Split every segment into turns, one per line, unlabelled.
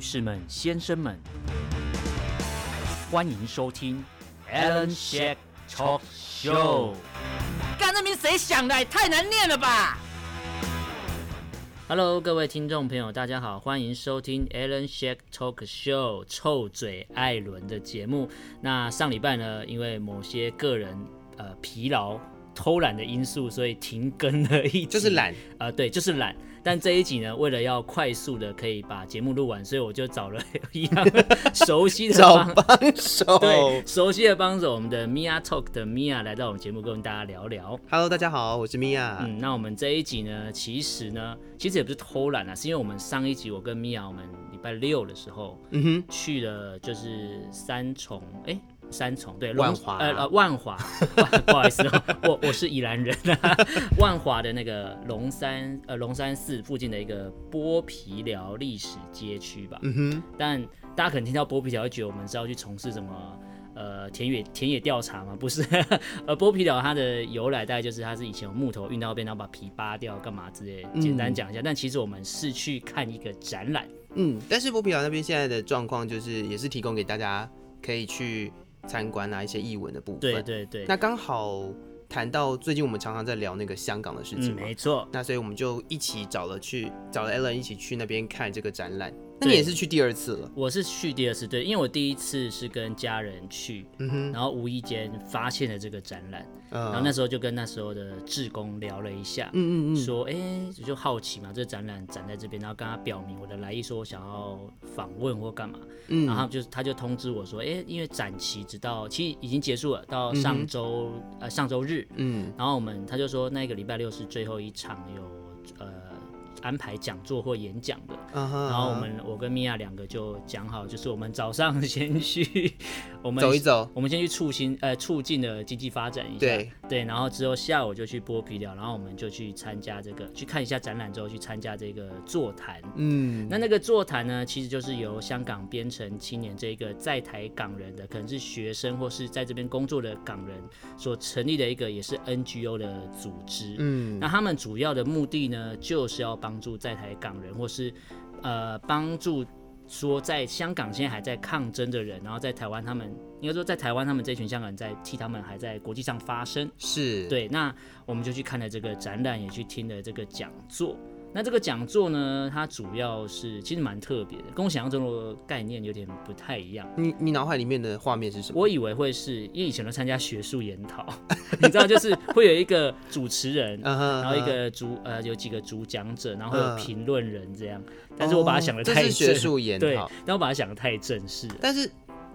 士们、先生们，欢迎收听 Alan Shack Talk Show。
干那名谁想的？也太难念了吧！
Hello，各位听众朋友，大家好，欢迎收听 Alan Shack Talk Show 臭嘴艾伦的节目。那上礼拜呢，因为某些个人呃疲劳、偷懒的因素，所以停更了一集，
就是懒，
啊、对，就是懒。但这一集呢，为了要快速的可以把节目录完，所以我就找了 一样熟悉的
找
方
帮手。
对熟悉的帮手，我们的 Mia Talk 的 Mia 来到我们节目跟大家聊聊。
Hello，大家好，我是米娅。
嗯，那我们这一集呢，其实呢，其实也不是偷懒啊，是因为我们上一集我跟米娅，我们礼拜六的时候
嗯哼，
去了就是三重，哎、三重对，
万
龙
华
呃呃万华， 哇不好意思、哦，我我是宜兰人、啊万华的那个龙山呃龙山寺附近的一个剥皮寮历史街区吧，
嗯哼，
但大家可能听到剥皮寮，会觉得我们是要去从事什么呃田野田野调查嘛？不是， 呃，剥皮寮它的由来大概就是它是以前有木头运到那边，然后把皮扒掉干嘛之类的，简单讲一下。但其实我们是去看一个展览，
嗯，但是波比岛那边现在的状况就是，也是提供给大家可以去参观啊一些译文的部分。
对。对对，
那刚好谈到最近我们常常在聊那个香港的事情
嗯，
嘛，
没错，
那所以我们就一起找了去找了 Alan 一起去那边看这个展览。那
对
你也是去第二次了，
我是去第二次，对，因为我第一次是跟家人去，然后无意间发现了这个展览，然后那时候就跟那时候的志工聊了一下，嗯嗯嗯，说，哎、我就好奇嘛，这展览展在这边，然后跟他表明我的来意，说我想要访问或干嘛，嗯，然后他就他就通知我说，哎、因为展期直到其实已经结束了，到上周、呃上周日，
嗯，
然后我们他就说那个礼拜六是最后一场有呃安排讲座或演讲的，
啊哈
然后我们我跟米娅两个就讲好，就是我们早上先去，我们
走一走，
我们先去促进呃促进了经济发展一下，
对
然后之后下午就去剥皮寮，然后我们就去参加这个去看一下展览之后去参加这个座谈。
嗯，
那那个座谈呢，其实就是由香港编程青年这个在台港人的，可能是学生或是在这边工作的港人所成立的一个也是 NGO 的组织。
嗯，
那他们主要的目的呢，就是要帮助在台港人，或是呃帮助说在香港现在还在抗争的人，然后在台湾他们应该说在台湾他们这群香港人在替他们还在国际上发声。
是，，
对，那我们就去看了这个展览，也去听了这个讲座。那这个讲座呢，它主要是其实蛮特别的，跟我想象中的概念有点不太一样。
你你脑海里面的画面是什么？
我以为会是因为以前都参加学术研讨， 你知道，就是会有一个主持人，
嗯哼，
然后一
嗯哼
个主呃有几个主讲者，然后有
嗯
评论人这样，但是我把它想的
哦这
太
是
正，
学术研
对
讨，，
但我把它想的太正式了，
但是，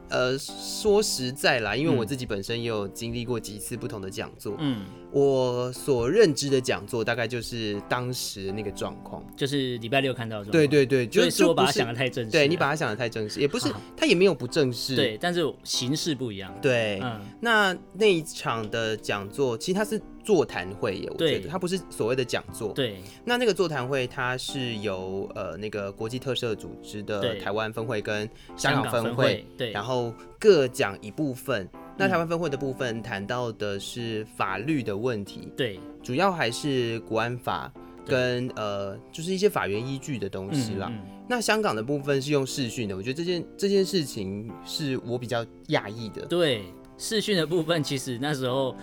呃，说实在啦，因为
嗯
我自己本身也有经历过几次不同的讲座，
嗯，
我所认知的讲座大概就是当时那个状况。
就是礼拜六看到的时候，
对，对对，
哦所
就
以是我把它
就不是
想的太正式了，
对你把它想的太正式，也不是
好，
它也没有不正式。
对，但是形式不一样，
对
嗯，
那那一场的讲座，其实它是座谈会耶，我觉
对
得它不是所谓的讲座。
对
那那个座谈会，它是由呃那个国际特赦组织的
对
台湾分会跟
香
香港
港
分
分
会
会，对，嗯
然后各讲一部分。那台湾分会的部分谈到的是法律的问题，
对
主要还是国安法跟呃，就是一些法源依据的东西啦。
嗯
那香港的部分是用视讯的，我觉得这件这件事情是我比较讶异的。
嗯对视讯的部分，其实那时候。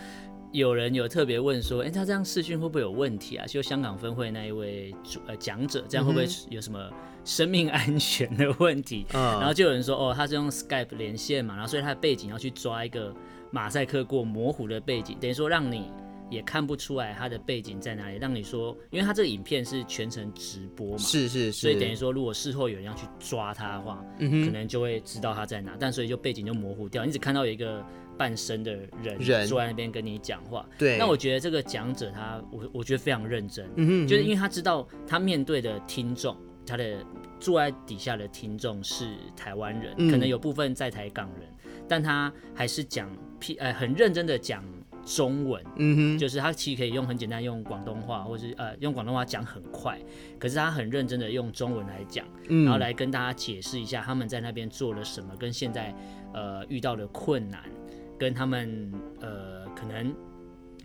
有人有特别问说，哎、他这样视讯会不会有问题啊？就香港分会那一位主呃讲者，这样会不会有什么生命安全的问题？
嗯，
然后就有人说，哦，他是用 Skype 连线嘛，然后所以他的背景要去抓一个马赛克过模糊的背景，等于说让你也看不出来他的背景在哪里，让你说，因为他这个影片是全程直播嘛，
是是是，嗯
所以等于说如果事后有人要去抓他的话，可能就会知道他在哪，但所以就背景就模糊掉，你只看到有一个半身的人
人
坐在那边跟你讲话。
对。
那我觉得这个讲者他，我我觉得非常认真，
嗯哼
就是因为他知道他面对的听众，他的坐在底下的听众是台湾人，
嗯
可能有部分在台港人，但他还是讲屁呃很认真的讲中文，
嗯哼，
就是他其实可以用很简单用广东话，或是呃用广东话讲很快，可是他很认真的用中文来讲，
嗯
然后来跟大家解释一下他们在那边做了什么，跟现在呃遇到的困难，跟他们呃可能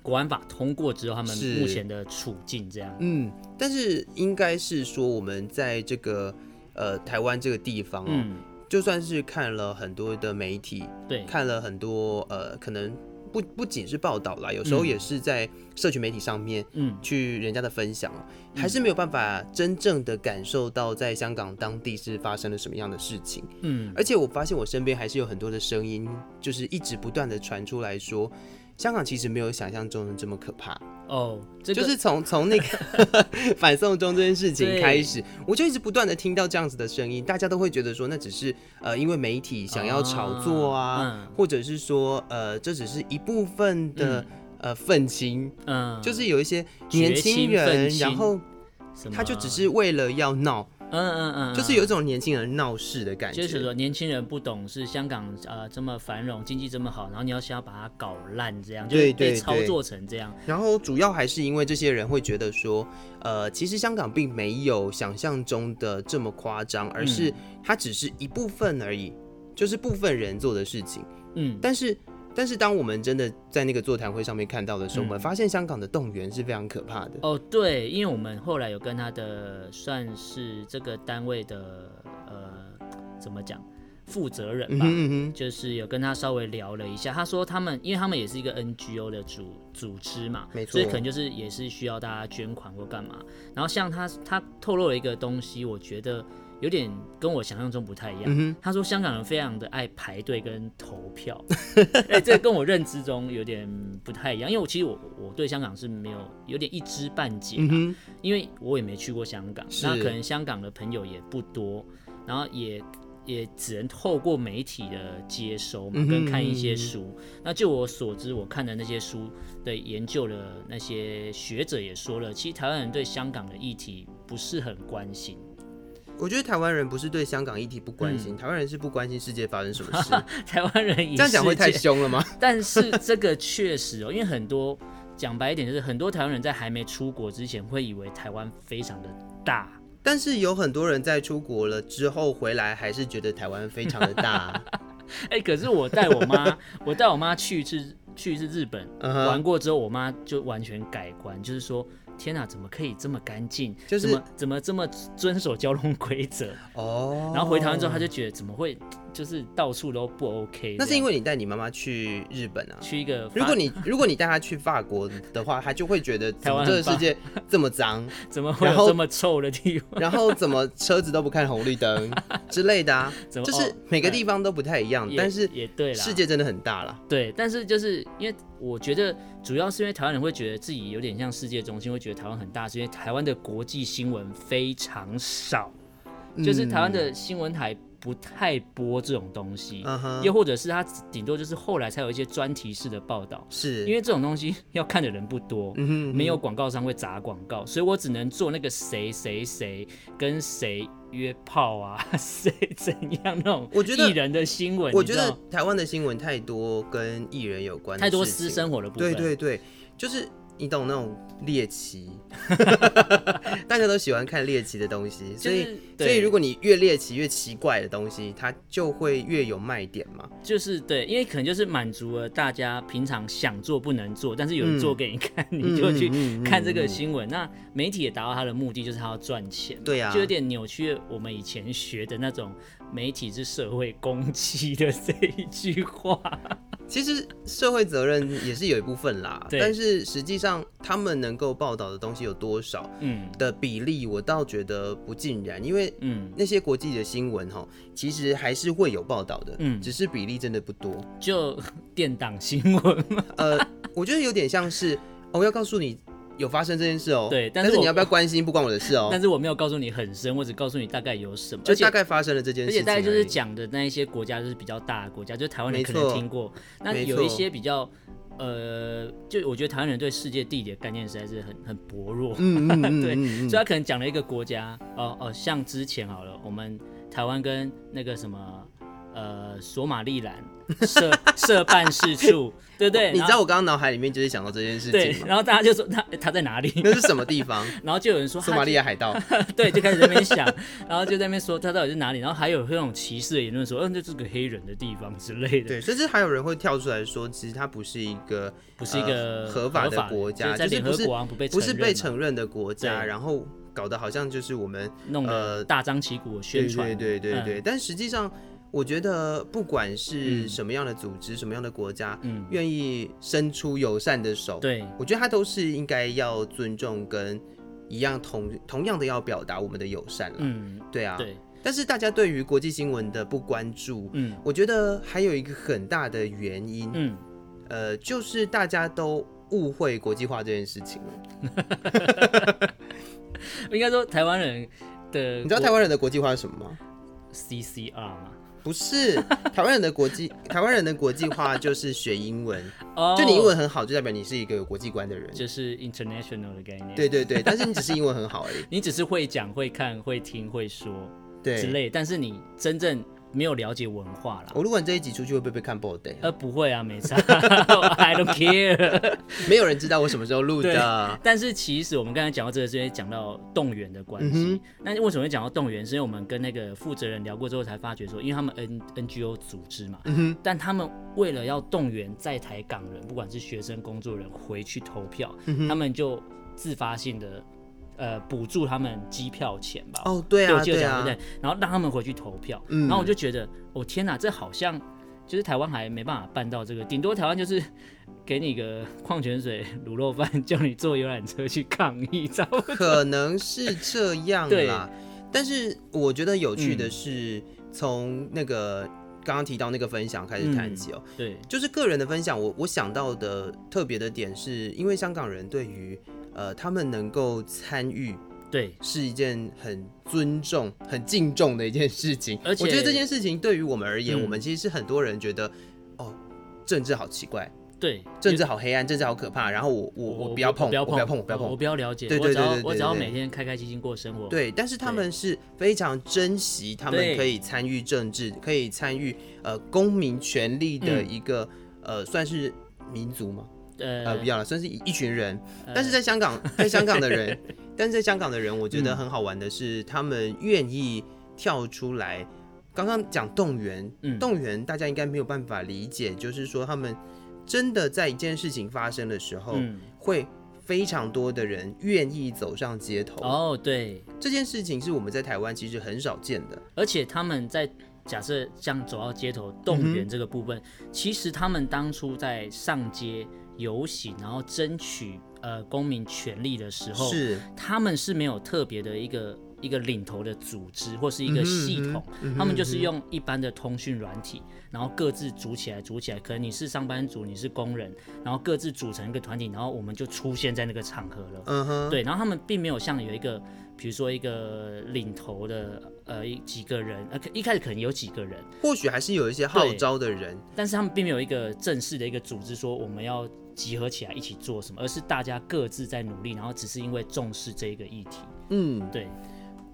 国安法通过之后他们
是
目前的处境这样。
嗯，但是应该是说我们在这个。呃台湾这个地方哦，
嗯，
就算是看了很多的媒体，
对，
看了很多呃可能不不仅是报道啦，有时候
嗯
也是在社群媒体上面
嗯，
去人家的分享哦，还是没有办法真正的感受到在香港当地是发生了什么样的事情。
嗯，
而且我发现我身边还是有很多的声音，就是一直不断的传出来说，香港其实没有想象中的这么可怕。
哦，这个
就是从从那个 反送中这件事情
对
开始，我就一直不断的听到这样子的声音，大家都会觉得说那只是呃因为媒体想要炒作啊，
啊嗯
或者是说呃这只是一部分的、呃愤青，
嗯，
就是有一些年轻
决心
人
愤，青
然后
什么
他就只是为了要闹，
嗯嗯嗯，
就是有一种年轻人闹事的感觉。
就是说年轻人不懂是香港呃这么繁荣，经济这么好，然后你要想要把它搞烂，这样就
对
是
对
被操
对
作成这样。
然后主要还是因为这些人会觉得说，呃，其实香港并没有想象中的这么夸张，而
嗯
是它只是一部分而已，就是部分人做的事情。
嗯，
但是，但是当我们真的在那个座谈会上面看到的时
嗯
候，我们发现香港的动员是非常可怕的。
哦对，因为我们后来有跟他的算是这个单位的呃怎么讲负责人
嗯
吧。
哼嗯
就是有跟他稍微聊了一下，他说他们，因为他们也是一个 NGO 的组组织嘛，
没错
所以可能就是也是需要大家捐款或干嘛。然后像他，他透露了一个东西，我觉得有点跟我想象中不太
嗯
一样。他说香港人非常的爱排队跟投 票，哎、这跟我认知中有点不太一样，因为我其实我我对香港是没有有点一知半解、啊，
哼，嗯
因为我也没去过香港，
是
那可能香港的朋友也不多，然后也也只能透过媒体的接收嘛
嗯，哼嗯
跟看一些书。那就我所知，我看的那些书的研究的那些学者也说了，其实台湾人对香港的议题不是很关心。
哼，我觉得台湾人不是对香港议题不关心，台湾人是不关心世界发生 什么事。
台湾人以
这样讲会太
世界
凶了吗？
但是这个确实哦，因为很多讲白一点，就是很多台湾人在还没出国之前会以为台湾非常的大。
但是有很多人在出国了之后回来，还是觉得台湾非常的大 啊。
哎、可是我带我 妈，我带我妈去一次去一次日本、
嗯哼
玩过之后，我妈就完全改观，就是说。天哪、怎么可以这么干净？
就是
怎么怎么这么遵守交通规则？
哦，
然后回台湾之后，她就觉得怎么会就是到处都不 OK？
那是
这样
因为你带你妈妈去日本啊。
去一个法，
如果你如果你带她去法国的话，她就会觉 得怎
台
么
湾
这个
很
世界这么 脏，
怎么会
然后
有这么臭的地方？
然后怎么车子都不看红 绿灯之类的啊，
怎么
就是
哦
每个地方都不太一样，
也
但是
也对啦，
世界真的很大啦。
对，但是就是因为我觉得，主要是因为台湾人会觉得自己有点像世界中心，会觉得台湾很大，是因为台湾的国际新闻非常少，就是
嗯
台湾的新闻台不太播这种东西，
嗯哼
又或者是它顶多就是后来才有一些专题式的报道。
是
因为这种东西要看的人不多，
哼嗯哼
没有广告商会砸广告，所以我只能做那个谁谁谁跟谁约炮啊， 谁怎样那种
我觉得
艺人的新闻，
我
你
觉
知
得
道
台湾的新闻太多跟艺人有关的
太多
事情
私生活的部分，
对对对，就是你懂那种 猎奇，大家都喜欢看猎奇的东西，所以、
就是
所
对
以如果你越猎奇越奇怪的东西，它就会越有卖点嘛。
就是对，因为可能就是满足了大家平常想做不能做，但是有人做给你看，
嗯
你就去
嗯嗯嗯
看这
嗯
个
嗯
新闻。那媒体也达到它的目的，就是它要赚钱，
对啊
就有点扭曲了我们以前学的那种媒体是社会公器的 这一句话。
其实社会责任也是有一部分啦，
对
但是实际上他们能够报道的东西有多少
嗯
的比例，我倒觉得不尽然，因为
嗯，
那些国际的新闻哈，其实还是会有报道的，
嗯
只是比例真的不多。
就 电档新闻嘛，
呃，我觉得有点像是，哦我要告诉你有发生这件事哦。
对
但
但是
你
我
要不要关心不关我的事哦
但。是我没有告诉你很深，我只告诉你大概有什么，
就
而且
大概发生了这件
而
事情
且
而已，
大概就是讲的那一些国家就是比较大的国家，就是台湾人可
没
能
错
听过。那
没错
有一些比较，呃，就我觉得台湾人对世界地理的概念实在是很很薄弱，
嗯，嗯嗯嗯
对
嗯嗯
所以他可能讲了一个国家，哦哦，像之前好了，我们台湾跟那个什么。呃，索马利 兰社社办事处，对不 对？
哦你
然
知
后
道我刚刚脑海里面就是想到这件事
对
情，吗？
然后大家就说他他在哪里？
那是什么地 方？
然后就有人说
索马利
亚。
亚海盗。
对，就开始在那边想， 然后就在那边说他到底是哪里，然后还有那种歧视的言论说，嗯、这是个黑人的地方之类的。
对，甚至还有人会跳出来说，其实它不是一个
不是一个
呃合法的国家，
就
就是
在联
不
合
是
国王不被
不是
认
被
嘛
承认的国家，
对
然后。搞得好像就是我们
弄得
呃
大张旗鼓的宣传，
对对对对
嗯
对，但实际上。我觉得，不管是什么样的组织、什么样的国家，
嗯
愿意伸出友善的手，
对
我觉得他都是应该要尊重跟一样同同样的要表达我们的友善了。
嗯，
对啊，
对，
但是大家对于国际新闻的不关注，
嗯
我觉得还有一个很大的原因，
嗯，
呃，就是大家都误会国际化这件事情了。
嗯应该说台湾人的，
你知道台湾人的国际化是什么吗？
CCR 嘛？
不是 台湾人的国际，台湾人的国际化就是学英文，
哦
就你英文很好，就代表你是一个有国际观的人。
就是 international 的概念，。
对，对对，但是你只是英文很好而已
你只是会讲、会看、会听、会说之
对，哦
类，但是你真正没有了解文化啦。
我录完这一集出去会不会被看爆的？
呃，不会啊，没差 ，I don't care。
没有人知道我什么时候录的。
但是其实我们刚才讲到这个，是因为讲到动员的关
嗯
系。那、为什么会讲到动员？是因为我们跟那个负责人聊过之后，才发觉说，因为他们 N NGO 组织嘛，
嗯
但他们为了要动员在台港人，不管是学生、工作人回去投票，
嗯
他们就自发性的呃补助他们机票钱吧。
哦，对啊，
我记得
对
讲过
啊
对，，然后让他们回去投票，
嗯
然后我就觉得，哦天哪，这好像就是台湾还没办法办到这个，顶多台湾就是给你个矿泉水、卤肉饭，叫你坐游览车去抗议，知 道吗？
可能是这 样
对
啦。但是我觉得有趣的是，从那个刚刚提到那个分享开始谈起哦、
对，
就是个人的分享，我我想到的特别的点是，因为香港人对于呃他们能够参与
对，
是一件很尊重、很敬重的一件事情。
而且
我觉得这件事情对于我们而言，
嗯
我们其实是很多人觉得哦，政治好奇怪，
对，
政治好黑暗，政治好可怕，然后我我我不要碰，
不要碰，
我不要碰，嗯我不要
我
碰。
不要了解，
对
我
对
只要
对对对
我只要
对
每天开开心心过生活。，
对，但是他们是非常珍惜，他们
对
可以参与政治，可以参与呃公民权利的
嗯
一个、呃算是民族嘛，呃
呃
不，要了，算是一一群人。但是在香港，在香港 的人，但是在香港的人，我觉得
嗯
很好玩的是，他们愿意跳出来。刚刚讲动员，
嗯
动员大家应该没有办法理解，就是说他们真的在一件事情发生的时候，
嗯，
会非常多的人愿意走上街头。
哦，对，
这件事情是我们在台湾其实很少见的，
而且他们在假设这样走到街头动员这个部分，其实他们当初在上街游行，然后争取呃公民权利的时候，
是
他们是没有特别的一个一个领头的组织或是一
嗯
个系统，他们就是用一般的通讯软体，然后各自组起来，组起来。可能你是上班族，你是工人，然后各自组成一个团体，然后我们就出现在那个场合了。
嗯哼，
对，然后他们并没有像有一个，比如说一个领头的，呃，一几个人，呃，可一开始可能有几个人，
或许还是有一些号召的人，
但是他们并没有一个正式的一个组织说我们要集合起来一起做什么，而是大家各自在努力，然后只是因为重视这一个议题。
嗯，
对，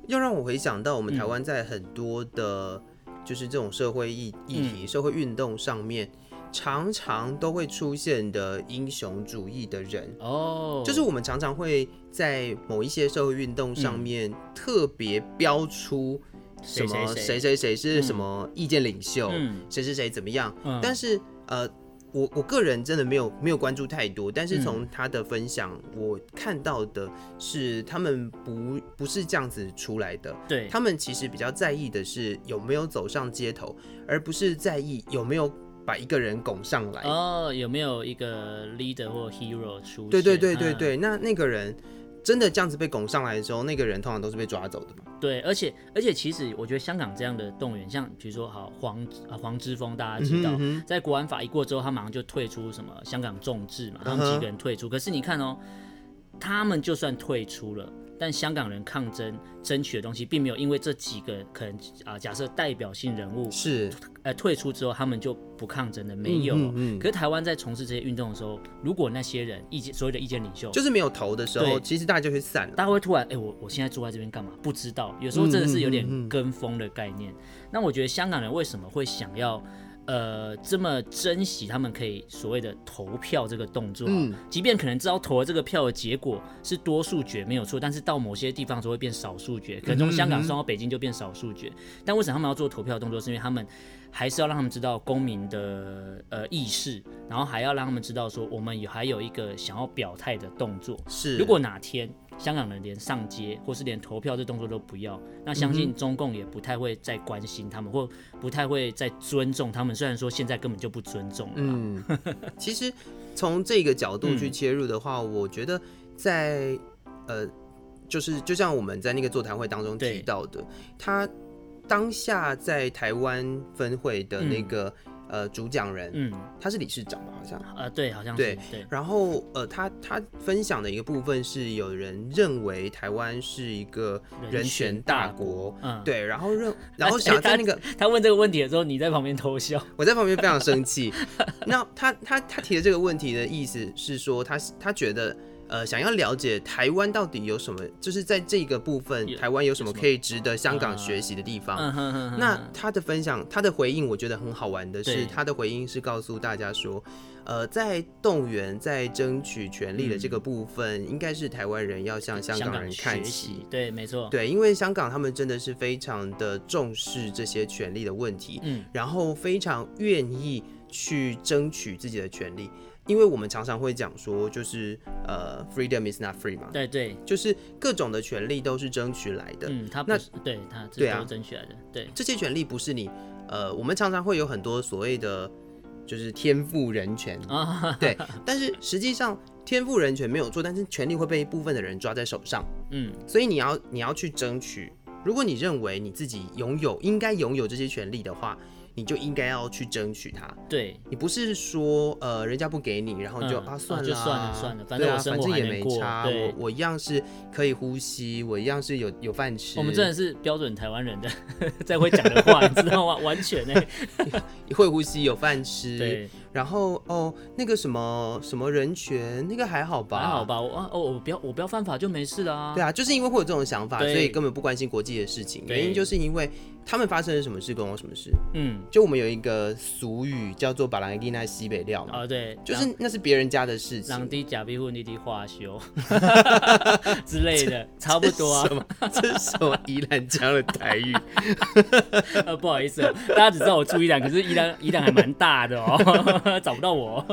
又让我回想到我们台湾在很多的，就是这种社会议议题、社会运动上面，常常都会出现的英雄主义的人。
哦，
就是我们常常会在某一些社会运动上面特别标出什
嗯谁
么
谁
谁
谁，
谁谁是什么意见领袖，
嗯
谁谁谁怎么样，
嗯
但是呃，我我个人真的没有没有关注太多，但是
嗯
从他的分享，我看到的是他们不不是这样子出来的，
对，
他们其实比较在意的是有没有走上街头，而不是在意有没有把一个人拱上来。
哦，有没有一个 leader 或 hero 出现？
对对对对
嗯
对，那那个人。真的这样子被拱上来的时候，那个人通常都是被抓走的嘛？
对，而且而且，其实我觉得香港这样的动员，像比如说好黄啊黄之锋，大家知
嗯
道，在国安法一过之后，他马上就退出什么香港众志嘛，
嗯
他们几个人退出。可是你看哦，他们就算退出了，但香港人抗争争取的东西，并没有因为这几个可能啊、假设代表性人物
是，
呃退出之后，他们就不抗争的，没有哦。
嗯嗯嗯
可是台湾在从事这些运动的时候，如果那些人意见所谓的意见领袖，
就是没有头的时候，
对
其实大家就会散了。
大家会突然，哎、我我现在坐在这边干嘛？不知道，有时候真的是有点跟风的概念。那我觉得香港人为什么会想要，呃，这么珍惜他们可以所谓的投票这个动作、啊？即便可能知道投了这个票的结果是多数决没有错，但是到某些地方就会变少数决，可能从香港送到北京就变少数决。但为什么他们要做投票的动作？是因为他们还是要让他们知道公民的呃意识，然后还要让他们知道说我们有还有一个想要表态的动作。
是，
如果哪天香港人连上街或是连投票这动作都不要，那相信中共也不太会再关心他们，或不太会再尊重他们。虽然说现在根本就不尊重了啦，
嗯，其实从这个角度
嗯
去切入的话，我觉得在呃，就是就像我们在那个座谈会当中
对
提到的，他当下在台湾分会的那个、呃主讲人，
嗯，
他是理事长吧，好像。
呃，对，好像是
对
对，
然后呃，他他分享的一个部分是，有人认为台湾是一个人权大国。
嗯，。
对，然 后认，然后
哎
想在
他
那个，
他问这个问题的时候，你在旁边偷笑，
我在旁边非常生 气。那他他他提的这个问题的意思是说，他他觉得呃，想要了解台湾到底有什么，就是在这个部分
有
台湾有什么
有什么
可以值得香港
啊
学习的地方。
嗯哼哼 哼
那他的分享，他的回应，我觉得很好玩的
对
是，他的回应是告诉大家说，呃，在动员、在争取权利的这个部分，应该是台湾人要向香
香
港
港
人
学
看齐
习。，对，没错，
对，因为香港他们真的是非常的重视这些权利的问题，
嗯，
然后非常愿意去争取自己的权利，因为我们常常会讲说，就是呃，freedom is not free 嘛，
对对，
就是各种的权利都是争取来的，
嗯，他不
那
是对他这
对
都
啊
是争取来的，对，
这些权利不是你，呃，我们常常会有很多所谓的就是天赋人权，
啊，
对，但是实际上天赋人权没有错，但是权利会被一部分的人抓在手上，
嗯，
所以你要你要去争取。如果你认为你自己拥有应该拥有这些权利的话，你就应该要去争取它。
对，
你不是说呃人家不给你，然后你就、
嗯
啊
啊
算
就
了啊、
算了算了反
对
正
啊
我生
反
活
正
还
也
能
没
过
差，
对
我我一样是可以呼吸，我一样是有有饭吃。
我们真的是标准台湾人的 在会讲的话，你知道吗？完全哎，
会呼吸，有饭吃，
对，
然后哦，那个什么什么人权，那个还好吧？
还好。吧，我啊哦，我不要我不要犯法就没事啦。
对啊，就是因为会有这种想法，所
对
以根本不关心国际的事情。
对
原因就是因为他们发生了什么事，跟我什么事。
嗯，
就我们有一个俗语叫做“把兰吉那西北料”嘛，
啊对，
就是那是别人家的事
狼
情。
滴假逼混滴滴化 修之类的，差不多啊
什。么？ 这是什么宜兰腔的台语？
呃，不好意思哦，大家只知道我住宜兰，可是宜兰宜兰还蛮大的哦， 找不到我。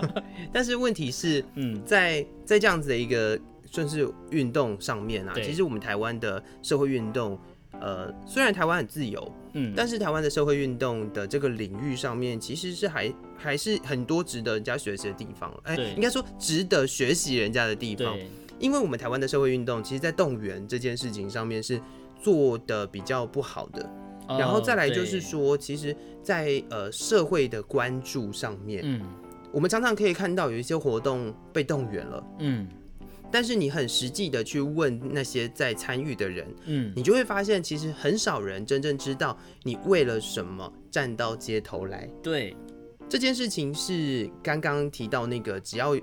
但是问题是，
嗯，
在在这样子的一个算是运动上面啊，
对
其实我们台湾的社会运动，呃，虽然台湾很自由，
嗯
但是台湾的社会运动的这个领域上面，其实是还还是很多值得人家学习的地方。哎、
对
应该说值得学习人家的地方，
对，
因为我们台湾的社会运动，其实在动员这件事情上面是做的比较不好的。
哦
然后再来就是
对
说，其实在，呃社会的关注上面，
嗯
我们常常可以看到有一些活动被动员了，
嗯
但是你很实际的去问那些在参与的人，
嗯，
你就会发现，其实很少人真正知道你为了什么站到街头来。
对，
这件事情是刚刚提到那个，只要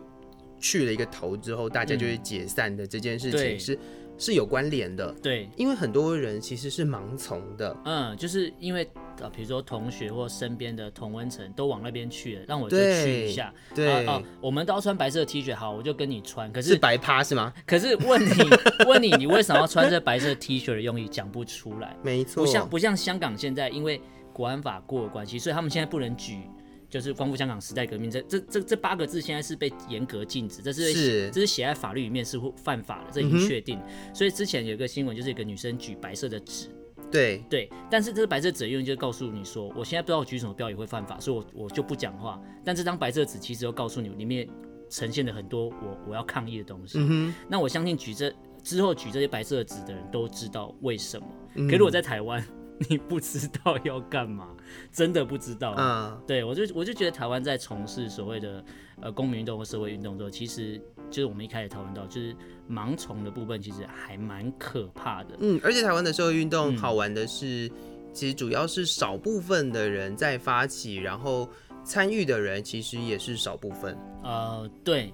去了一个头之后，大家就会解散的这件事
对
情是、是有关联的，
对，
因为很多人其实是盲从的。
嗯，就是因为啊，比如说同学或身边的同温层都往那边去了，让我就
对
去一下。
对，
啊，哦，我们都要穿白色的 T 恤，好，我就跟你穿。可
是
是，
白趴是吗？
可是问 你，问你，你为什么要穿这白色 T 恤的用意讲不出来，
没错，
不像不像香港现在，因为国安法过的关系，所以他们现在不能举。就是光复香港时代革命这这这这八个字现在是被严格禁止，这是
是
这是写在法律里面是会犯法的，这已经
嗯哼
确定。所以之前有一个新闻，就是一个女生举白色的纸，
对
对，但是这个白色纸的用意就是告诉你说，我现在不知道我举什么标也会犯法，所以我我就不讲话。但这张白色纸其实又告诉你，里面呈现了很多我我要抗议的东西。那我相信举这之后举这些白色纸的人都知道为什么。可是我在台湾， 你不知道要干嘛，真的不知道。
啊、
对我就我就觉得台湾在从事所谓的呃公民运动或社会运动之后，其实就是我们一开始讨论到，就是盲从的部分其实还蛮可怕的。
嗯，而且台湾的社会运
嗯
动好玩的是，其实主要是少部分的人在发起，然后参与的人其实也是少部分。
呃，对，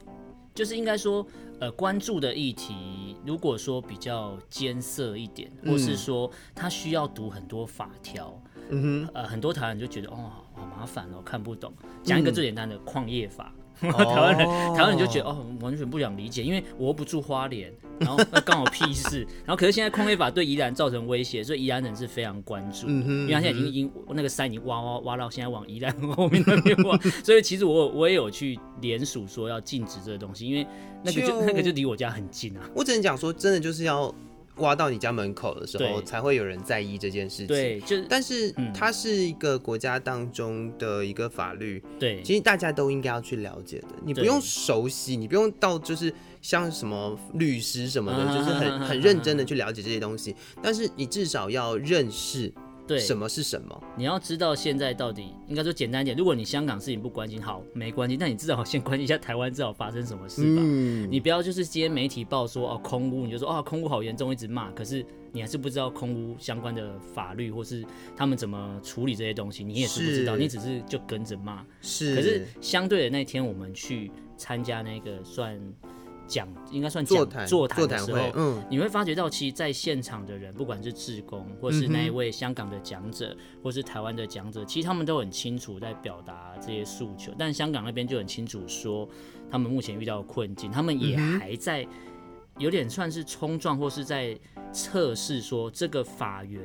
就是应该说，呃，关注的议题，如果说比较艰涩一点，或
嗯
是说他需要读很多法条，
嗯哼，
呃，很多台湾人就觉得哦，好麻烦哦，看不懂。讲一个最简单的，矿业法， 然后台湾人、
嗯哦
台湾人就觉得哦，完全不想理解，因为我又不住花莲，然后那关我屁事。 然后可是现在空黑法对宜兰造成威胁，所以宜兰人是非常关注的，
嗯哼
因为他现在已经已经那个山已经挖挖挖到现在往宜兰后面那边挖， 所以其实我我也有去联署说要禁止这个东西，因为那个就
就
那个就离我家很近啊。
我只能讲说，真的就是要挖到你家门口的时候，
对
才会有人在意这件事情。，
对，就是
但是
嗯
它是一个国家当中的一个法律，
对，
其实大家都应该要去了解的。你不
对
用熟悉，你不用到就是像什么律师什么的，
啊
就是 很很认真的去了解这些东西。但是你至少要认识
对
什么是什么。
你要知道现在到底应该说简单一点，如果你香港事情不关心，好没关系，但你至少先关心一下台湾至少发生什么事吧。
嗯，
你不要就是今天媒体报说哦空屋，你就说哦空屋好严重，一直骂，可是你还是不知道空屋相关的法律或是他们怎么处理这些东西，你也是不知道，
是
你只是就跟着骂。
是，
可是相对的那天我们去参加那个算讲，应该算讲
座谈
座
座
的
谈
时
会
候，，
嗯，
你会发觉到，其实在现场的人，不管是志工，或是那一
嗯哼
位香港的讲者，或是台湾的讲者，其实他们都很清楚在表达这些诉求，但香港那边就很清楚说，他们目前遇到的困境，他们
嗯
也还在有点算是冲撞，或是在测试说这个法源、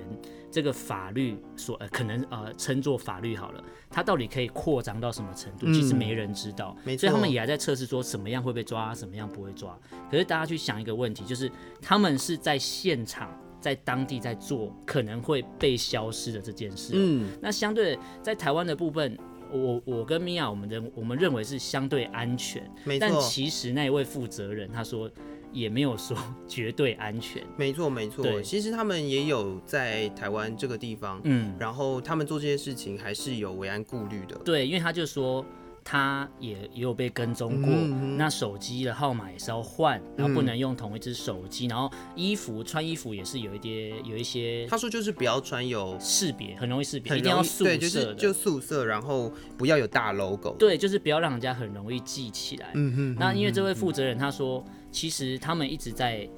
这个法律所、呃、可能呃称作法律好了，它到底可以扩张到什么程度，其实
嗯
没人知道，
没
所以他
错
们也还在测试说什么样会被抓，什么样不会抓。可是大家去想一个问题，就是他们是在现场。在当地在做可能会被消失的这件事哦、
嗯
那相对在台湾的部分，我我跟米娅，我们的我们认为是相对安全，
没
但
错，
其实那一位负责人他说也没有说 绝对安全，
没错，没错。
对
其实他们也有在台湾这个地方，
嗯，
然后他们做这些事情还是有为安顾虑的。
对，因为他就说。他也也有被跟踪过，
嗯
那手机的号码也是要换，然后不
嗯
能用同一只手机，然后衣服穿衣服也是有一些有一些
他说就是不要穿有
识别，很容易识别，
很
一定要
容易
素
对，就
色
是
的，
就素色，然后不要有大 logo。，
对，就是不要让人家很容易记起来。
嗯哼
那因为这位负责人他说，其实他们一直在，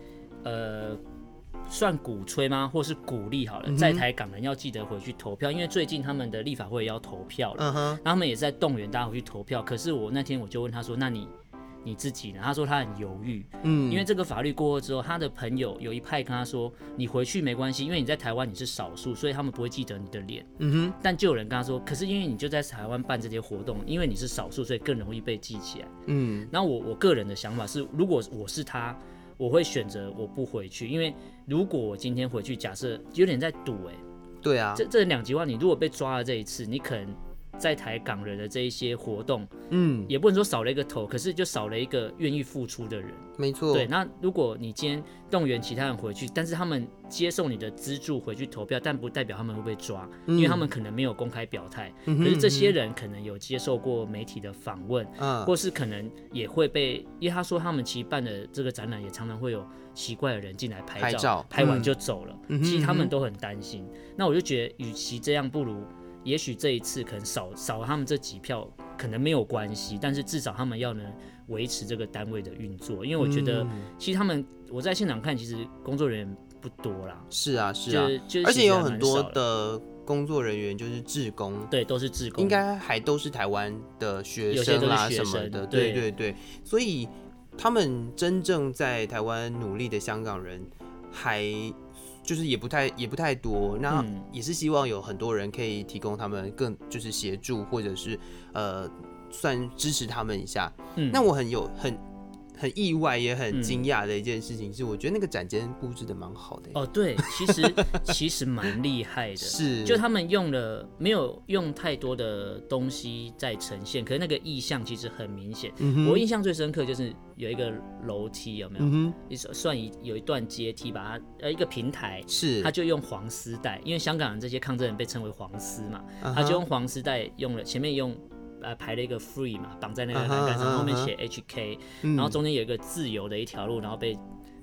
呃，算鼓吹吗，或是鼓励好
嗯
了，在台港人要记得回去投票，因为最近他们的立法会也要投票了，
嗯哼，
那他们也在动员大家回去投票。可是我那天我就问他说，那你你自己呢？他说他很犹豫，
嗯
因为这个法律过后之后，他的朋友有一派跟他说，你回去没关系，因为你在台湾你是少数，所以他们不会记得你的脸。
嗯
但就有人跟他说，可是因为你就在台湾办这些活动，因为你是少数，所以更容易被记起来。
哼，嗯，
那我我个人的想法是，如果我是他，我会选择我不回去，因为如果我今天回去，假设有点在赌哎、
对啊，
这这两极化，你如果被抓了这一次，你可能在台港人的这一些活动，
嗯，
也不能说少了一个头，可是就少了一个愿意付出的人。
没错，
对，那如果你今天动员其他人回去，但是他们接受你的资助回去投票，但不代表他们会被抓，因为他们可能没有公开表态。可是这些人可能有接受过媒体的访问，
啊，
或是可能也会被，因为他说他们其实办的这个展览也常常会有奇怪的人进来拍照，
拍照
完
嗯
就走了。
嗯哼
其实他
嗯
们
哼
都很担心。那我就觉得，与其这样，不如也许这一次可能少少他们这几票可能没有关系，但是至少他们要能维持这个单位的运作。因为我觉
嗯
得，其实他们我在现场看，其实工作人员不多啦，
是啊，是啊
就，是就是
而
其
且
实
有
还
很
蛮
多
少的
的工作人员就是志工，
对都是志工，
应该还都是台湾的学
有些
生
都是
啦
学
什么
生
的，对
对
对对，所以他们真正在台湾努力的香港人还。就是也不太也不太多，那
嗯
也是希望有很多人可以提供他们更就是协助或者是呃算支持他们一下。
嗯
那我很有很很意外也很
嗯
惊讶的一件事情是，我觉得那个展间布置的蛮好的、
哦对，其实 其实蛮厉害的，
是
就他们用了没有用太多的东西在呈现，可是那个意象其实很明显。我印象最深刻就是有一个楼梯，有没有？
嗯嗯
一算一有一段阶梯，把它呃一个平台，
是
他就用黄丝带，因为香港人这些抗争人被称为黄丝嘛，
啊
他
哈
就用黄丝带用了前面用。呃，排了一个 free 嘛，绑在那个
啊
栏
哈
杆上
啊哈嗯
后面写 HK，、然后中间有一个自由的一条路，然后被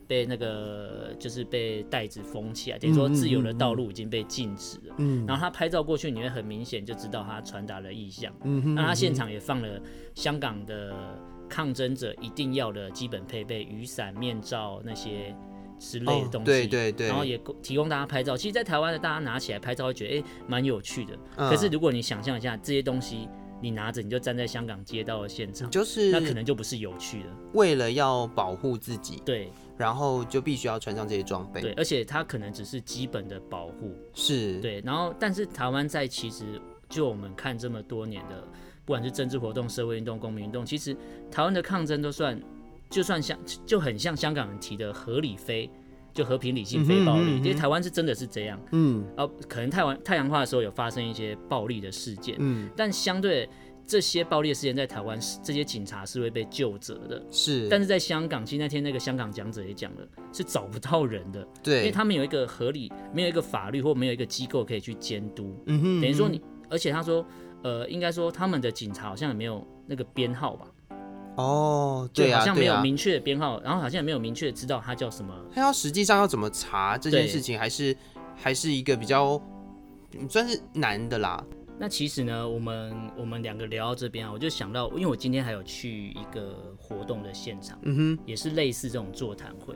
被那个就是被袋子封起来，等于说
嗯嗯
自由的
嗯
道路已经被禁止了。
嗯
然后他拍照过去，你会很明显就知道他传达的意向。
嗯
那他现场也放了香港的抗争者一定要的基本配备，雨伞、面罩那些之类
哦
的东西。
对对对
然后也供提供大家拍照。其实，在台湾的大家拿起来拍照会觉得哎蛮有趣的，
嗯
可是如果你想象一下这些东西。你拿着你就站在香港街道的现场，
就是
那可能就不是有趣的。
为了要保护自己，
对
然后就必须要穿上这些装备。
对，，而且它可能只是基本的保护，
是，
对。然后，但是台湾在其实就我们看这么多年的，不管是政治活动、社会运动、公民运动，其实台湾的抗争都算，就算像就很像香港人提的合理非。就和平、理性、非暴力，因为台湾是真的是这样。
嗯
呃，可能太阳太阳化的时候有发生一些暴力的事件，
嗯，
但相对这些暴力的事件在台湾是，这些警察是会被救责的。
是，
但是在香港，其实那天那个香港讲者也讲了，是找不到人的，因为
对，
他们有一个合理，没有一个法律或没有一个机构可以去监督。
嗯哼
等于说你，而且他说，呃，应该说他们的警察好像也没有那个编号吧，
哦，
就
对啊，
好像没
对
有
啊。
明确的编号，然后好像也没有明确知道他叫什么。
他要实际上要怎么查这件事情，还是还是一个比较嗯算是难的啦。
那其实呢，我们我们两个聊到这边啊，我就想到，因为我今天还有去一个活动的现场，
嗯
也是类似这种座谈会。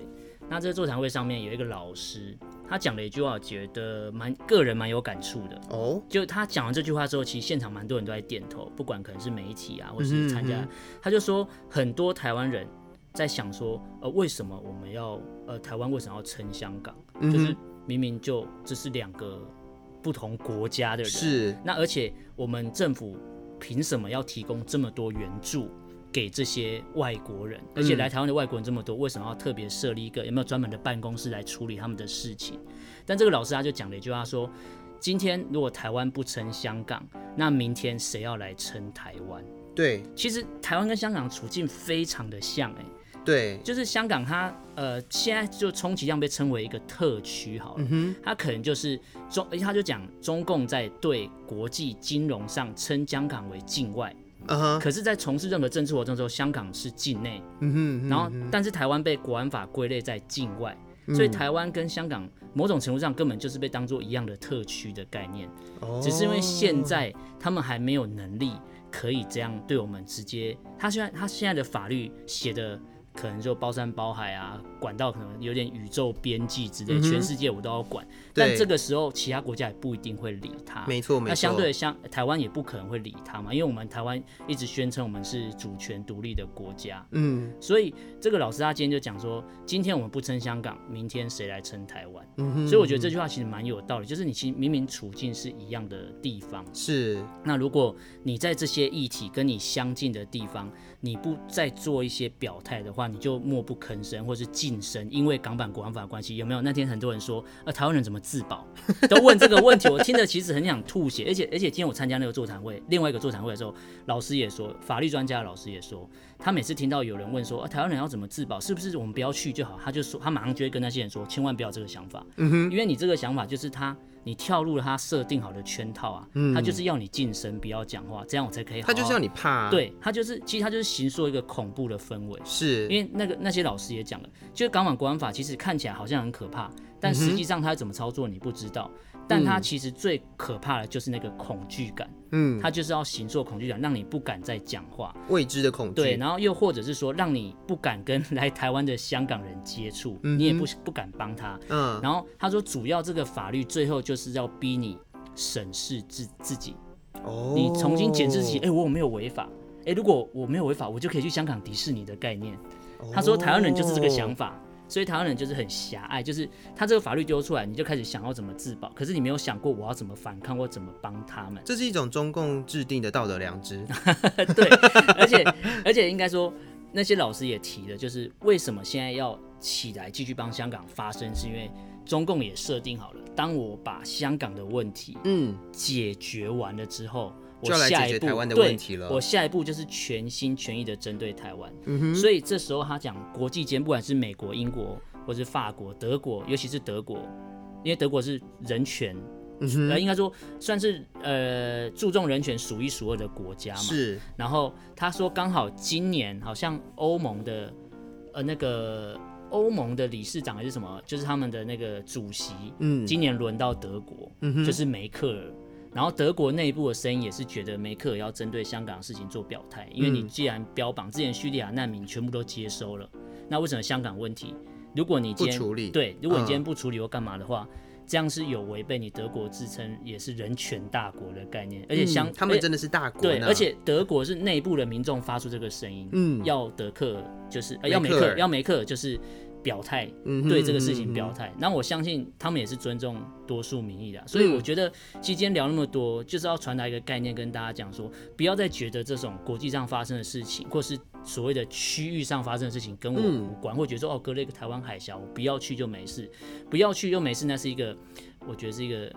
那这个座谈会上面有一个老师，他讲了一句话，我觉得蛮个人蛮有感触的。
哼，哦，
就他讲完这句话之后，其实现场蛮多人都在点头，不管可能是媒体啊，或
嗯
是
哼
参加，
嗯
他就说很多台湾人在想说，呃，为什么我们要呃台湾为什么要撑香港？
嗯
就是明明就这是两个不同国家的人，
是，
那而且我们政府凭什么要提供这么多援助给这些外国人？而且来台湾的外国人这么多，为什么要特别设立一个有没有专门的办公室来处理他们的事情？但这个老师他就讲了一句话说。今天如果台湾不撑香港，那明天谁要来撑台湾？
对
其实台湾跟香港处境非常的像、欸，
对，
就是香港它呃现在就充其量被称为一个特区好
嗯
了，它可能就是中，而且他就讲中共在对国际金融上称香港为境外，
嗯哼，
可是，在从事任何政治活动的时候，香港是境内，
嗯哼，嗯
然后但是台湾被国安法归类在境外。所以台湾跟香港某种程度上根本就是被当做一样的特区的概念，
哦
只是因为现在他们还没有能力可以这样对我们直接，他现在他现在的法律写的可能就包山包海啊，管到可能有点宇宙边际之类，全世界我都要管。
对
但这个时候其他国家也不一定会理他。
没错没错，
那相对像台湾也不可能会理他嘛，因为我们台湾一直宣称我们是主权独立的国家，
嗯
所以这个老师他今天就讲说，今天我们不撑香港，明天谁来撑台湾？
嗯
所以我觉得这句话其实蛮有道理，就是你其实明明处境是一样的地方，
是
那如果你在这些议题跟你相近的地方，你不再做一些表态的话，你就默不吭声，或是噤声，因为港版国安法的关系，有没有？那天很多人说，呃，台湾人怎么自保， 都问这个问题，我听得其实很想吐血。而且而且，今天我参加那个座谈会，另外一个座谈会的时候，老师也说，法律专家的老师也说，他每次听到有人问说，啊，台湾人要怎么自保，是不是我们不要去就好？他就说，他马上就会跟那些人说，千万不要这个想法，
嗯
因为你这个想法就是他。你跳入了他设定好的圈套啊，他就是要你晋升，不要讲话，这样我才可以好好。
嗯他就是要你怕、啊，，
哦对他就是，其实他就是形塑一个恐怖的氛围。
是
因为那个那些老师也讲了，就是港版国安法其实看起来好像很可怕，
嗯
但实际上它怎么操作你不知道。但它其实最可怕的就是那个恐惧感，
嗯
它就是要形塑恐惧感，让你不敢再讲话。
未知的恐惧，
对，然后又或者是说，让你不敢跟来台湾的香港人接触，你也不不敢帮他。
嗯
然后他说，主要这个法律最后就是要逼你审视自自己，
哦，
你重新检视自己，哎、我有没有违法？哎、如果我没有违法，我就可以去香港迪士尼的概念。他说台湾人就是这个想
法，
法，所以台湾人就是很狭隘，就是他这个法律丢出来，你就开始想要怎么自保，可是你没有想过我要怎么反抗，我怎么帮他 们。
这是一种中共制定的道德 良知，
对，而且而且应该说，那些老师也提了，就是为什么现在要起来继续帮香港发声，是因为中共也设定好了，当我把香港的问题
嗯，
解决完了之后，我
就要来
下
解
一
决
步
台湾的
对
问题了嗯
我下一步就是全心全意的针对台湾。所以这时候他讲国际间，不管是美国、英国，或是法国、德国，尤其是德国，因为德国是人权。
嗯
呃，应该说算是呃注重人权数一数二的国家嘛。。
是
然后他说，刚好今年好像欧盟的呃那个欧盟的理事长还是什么，就是他们的那个主席，
嗯
今年轮到德国，就是梅克尔。然后德国内部的声音也是觉得梅克尔要针对香港的事情做表态，因为
嗯
你既然标榜之前叙利亚难民全部都接收了，那为什么香港问题，如果你今天
不处理
对，如果你今
嗯
天不处理或干嘛的话，这样是有违背你德国自称也是人权大国的概念，而且相、
嗯他们真的是大国
对，
呢
而且德国是内部的民众发出这个声音，
嗯
要德克尔就是、呃
梅
要梅
克
克
尔
尔要梅克尔就是表态，
嗯哼
对这个事
嗯哼
情表态。那、我相信他们也是尊重多数民意的，所
嗯
以我觉得其实今天聊那么多，就是要传达一个概念跟大家讲说，不要再觉得这种国际上发生的事情，或是所谓的区域上发生的事情跟我
嗯
无关，或觉得说哦隔了一个台湾海峡，我不要去就没事，不要去就没事，那是一个我觉得是一个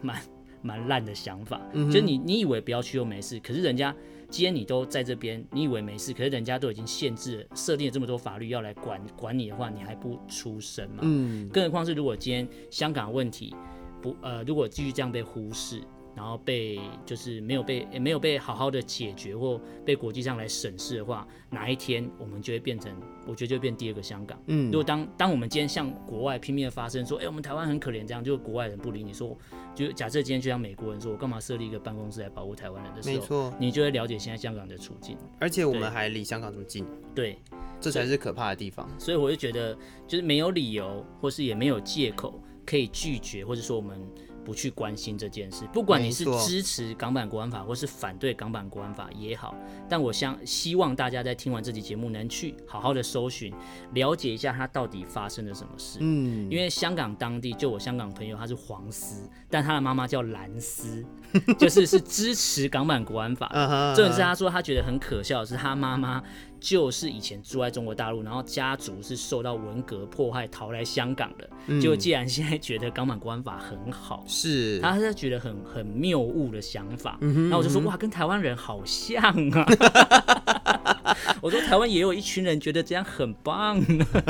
蛮蛮烂的想法，
嗯
就是你你以为不要去又没事，可是人家既然你都在这边，你以为没事，可是人家都已经限制了设定了这么多法律要来管管你的话，你还不出声嘛？
嗯
更何况是如果今天香港问题不呃，如果继续这样被忽视，然后被就是没有被呃没有被好好的解决或被国际上来审视的话，哪一天我们就会变成，我觉得就会变第二个香港。
嗯
如果当当我们今天向国外拼命的发声，说，哎、我们台湾很可怜，这样，就国外人不理你，说，就假设今天就像美国人说，我干嘛设立一个办公室来保护台湾人的时候，
没错
你就会了解现在香港的处境。
而且我
对
们还离香港这么近，
对，
这才是可怕的地方。
所以我就觉得，就是没有理由，或是也没有借口可以拒绝，或者说我们不去关心这件事。不管你是
没错
支持港版国安法，或是反对港版国安法也好，但我相希望大家在听完这期节目，能去好好的搜寻，了解一下它到底发生了什么事。
嗯，
因为香港当地，就我香港朋友，他是黄丝，但他的妈妈叫蓝丝， 就是是支持港版国安法。
啊哈
重点是他说他觉得很可笑的是，他妈妈就是以前住在中国大陆，然后家族是受到文革迫害逃来香港的，就既然现在觉得港版国安法很好。
嗯是嗯
他是觉得很很谬误的想法，然后我就说哇，跟台湾人好像 啊！我说台湾也有一群人觉得这样很棒、啊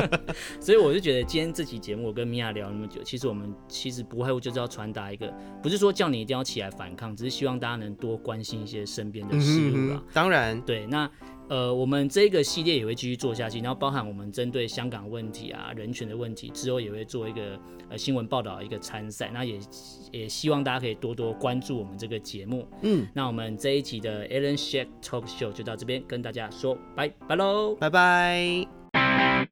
所以我就觉得今天这期节目我跟米娅聊那么久，其实我们其实不外乎就是要传达一个，不是说叫你一定要起来反抗，只是希望大家能多关心一些身边的
嗯
事
哼嗯
物啦。啊
哼当然，
对，那呃，我们这个系列也会继续做下去，然后包含我们针对香港问题啊、人权的问题，之后也会做一个呃新闻报道一个参赛，那也也希望大家可以多多关注我们这个节目。
嗯，
那我们这一集的 Alan Shack Talk Show 就到这边跟大家说拜拜喽。
拜拜。